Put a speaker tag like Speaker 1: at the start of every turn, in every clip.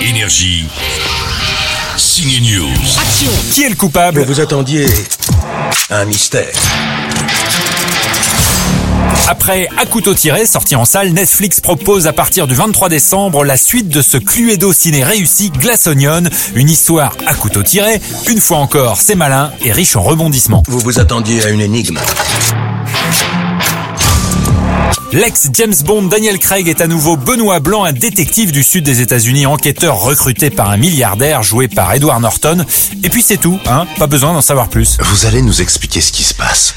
Speaker 1: Énergie. Signe News.
Speaker 2: Qui est le coupable
Speaker 3: Ah, Vous attendiez un mystère.
Speaker 2: Après À couteau tiré, sorti en salle, Netflix propose à partir du 23 décembre la suite de ce Cluedo ciné réussi Glass Onion, une histoire à couteau tiré, une fois encore c'est malin et riche en rebondissements.
Speaker 3: Vous vous attendiez à une énigme.
Speaker 2: L'ex James Bond Daniel Craig est à nouveau Benoît Blanc, un détective du sud des États-Unis, enquêteur recruté par un milliardaire joué par Edward Norton. Et puis c'est tout, hein, pas besoin d'en savoir plus.
Speaker 4: Vous allez nous expliquer ce qui se passe,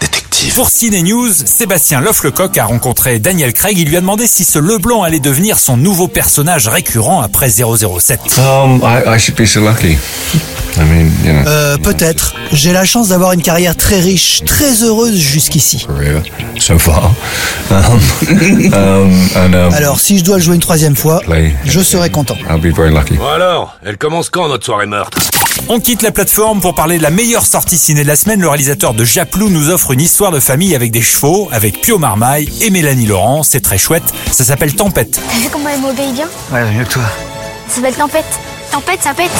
Speaker 4: détective.
Speaker 2: Pour Ciné News, Sébastien Lofflecoq a rencontré Daniel Craig. Il lui a demandé si ce Leblanc allait devenir son nouveau personnage récurrent après 007.
Speaker 5: Um, I, I should be so lucky. I mean, you know.
Speaker 6: Euh, peut-être. J'ai la chance d'avoir une carrière très riche, très heureuse jusqu'ici.
Speaker 5: Career so far. Um, um, and um,
Speaker 6: Alors, si je dois le jouer une troisième fois, je serai content.
Speaker 5: I'll be very lucky.
Speaker 1: Bon alors, elle commence quand notre soirée meurtre
Speaker 2: On quitte la plateforme pour parler de la meilleure sortie ciné de la semaine. Le réalisateur de Japlou nous offre une histoire de famille avec des chevaux, avec Pio Marmaille et Mélanie Laurent. C'est très chouette. Ça s'appelle Tempête.
Speaker 7: T'as vu comment elle m'obéit bien
Speaker 8: Ouais, mieux que toi.
Speaker 7: Ça s'appelle Tempête. Tempête, ça pète.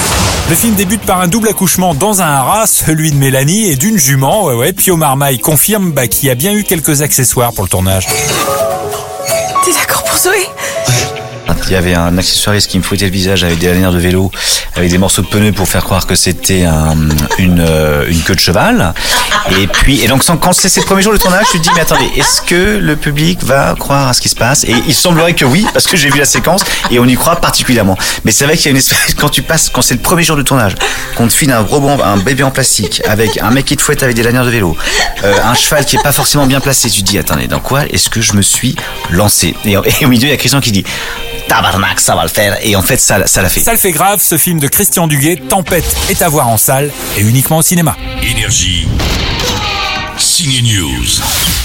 Speaker 2: Le film débute par un double accouchement dans un haras, celui de Mélanie et d'une jument. Ouais, ouais. Pio Marmaille confirme bah, qu'il y a bien eu quelques accessoires pour le tournage.
Speaker 9: T'es d'accord pour Zoé
Speaker 8: Il y avait un accessoiriste qui me fouettait le visage avec des lanières de vélo, avec des morceaux de pneus pour faire croire que c'était un- une, euh, une queue de cheval. Et puis, et donc sans- quand c'est ses premiers jours de tournage, je me dis, mais attendez, est-ce que le public va croire à ce qui se passe Et il semblerait que oui, parce que j'ai vu la séquence et on y croit particulièrement. Mais c'est vrai qu'il y a une espèce, quand tu passes, quand c'est le premier jour de tournage, qu'on te file un robot, un bébé en plastique, avec un mec qui te fouette avec des lanières de vélo, euh, un cheval qui est pas forcément bien placé, tu te dis, attendez, dans quoi est-ce que je me suis lancé et, et au milieu, il y a Christian qui dit, tabarnak, ça va le faire. Et en fait, ça, ça l'a fait.
Speaker 2: Ça le fait grave, ce film de Christian Duguet, Tempête, est à voir en salle et uniquement au cinéma.
Speaker 1: Énergie. Signe News.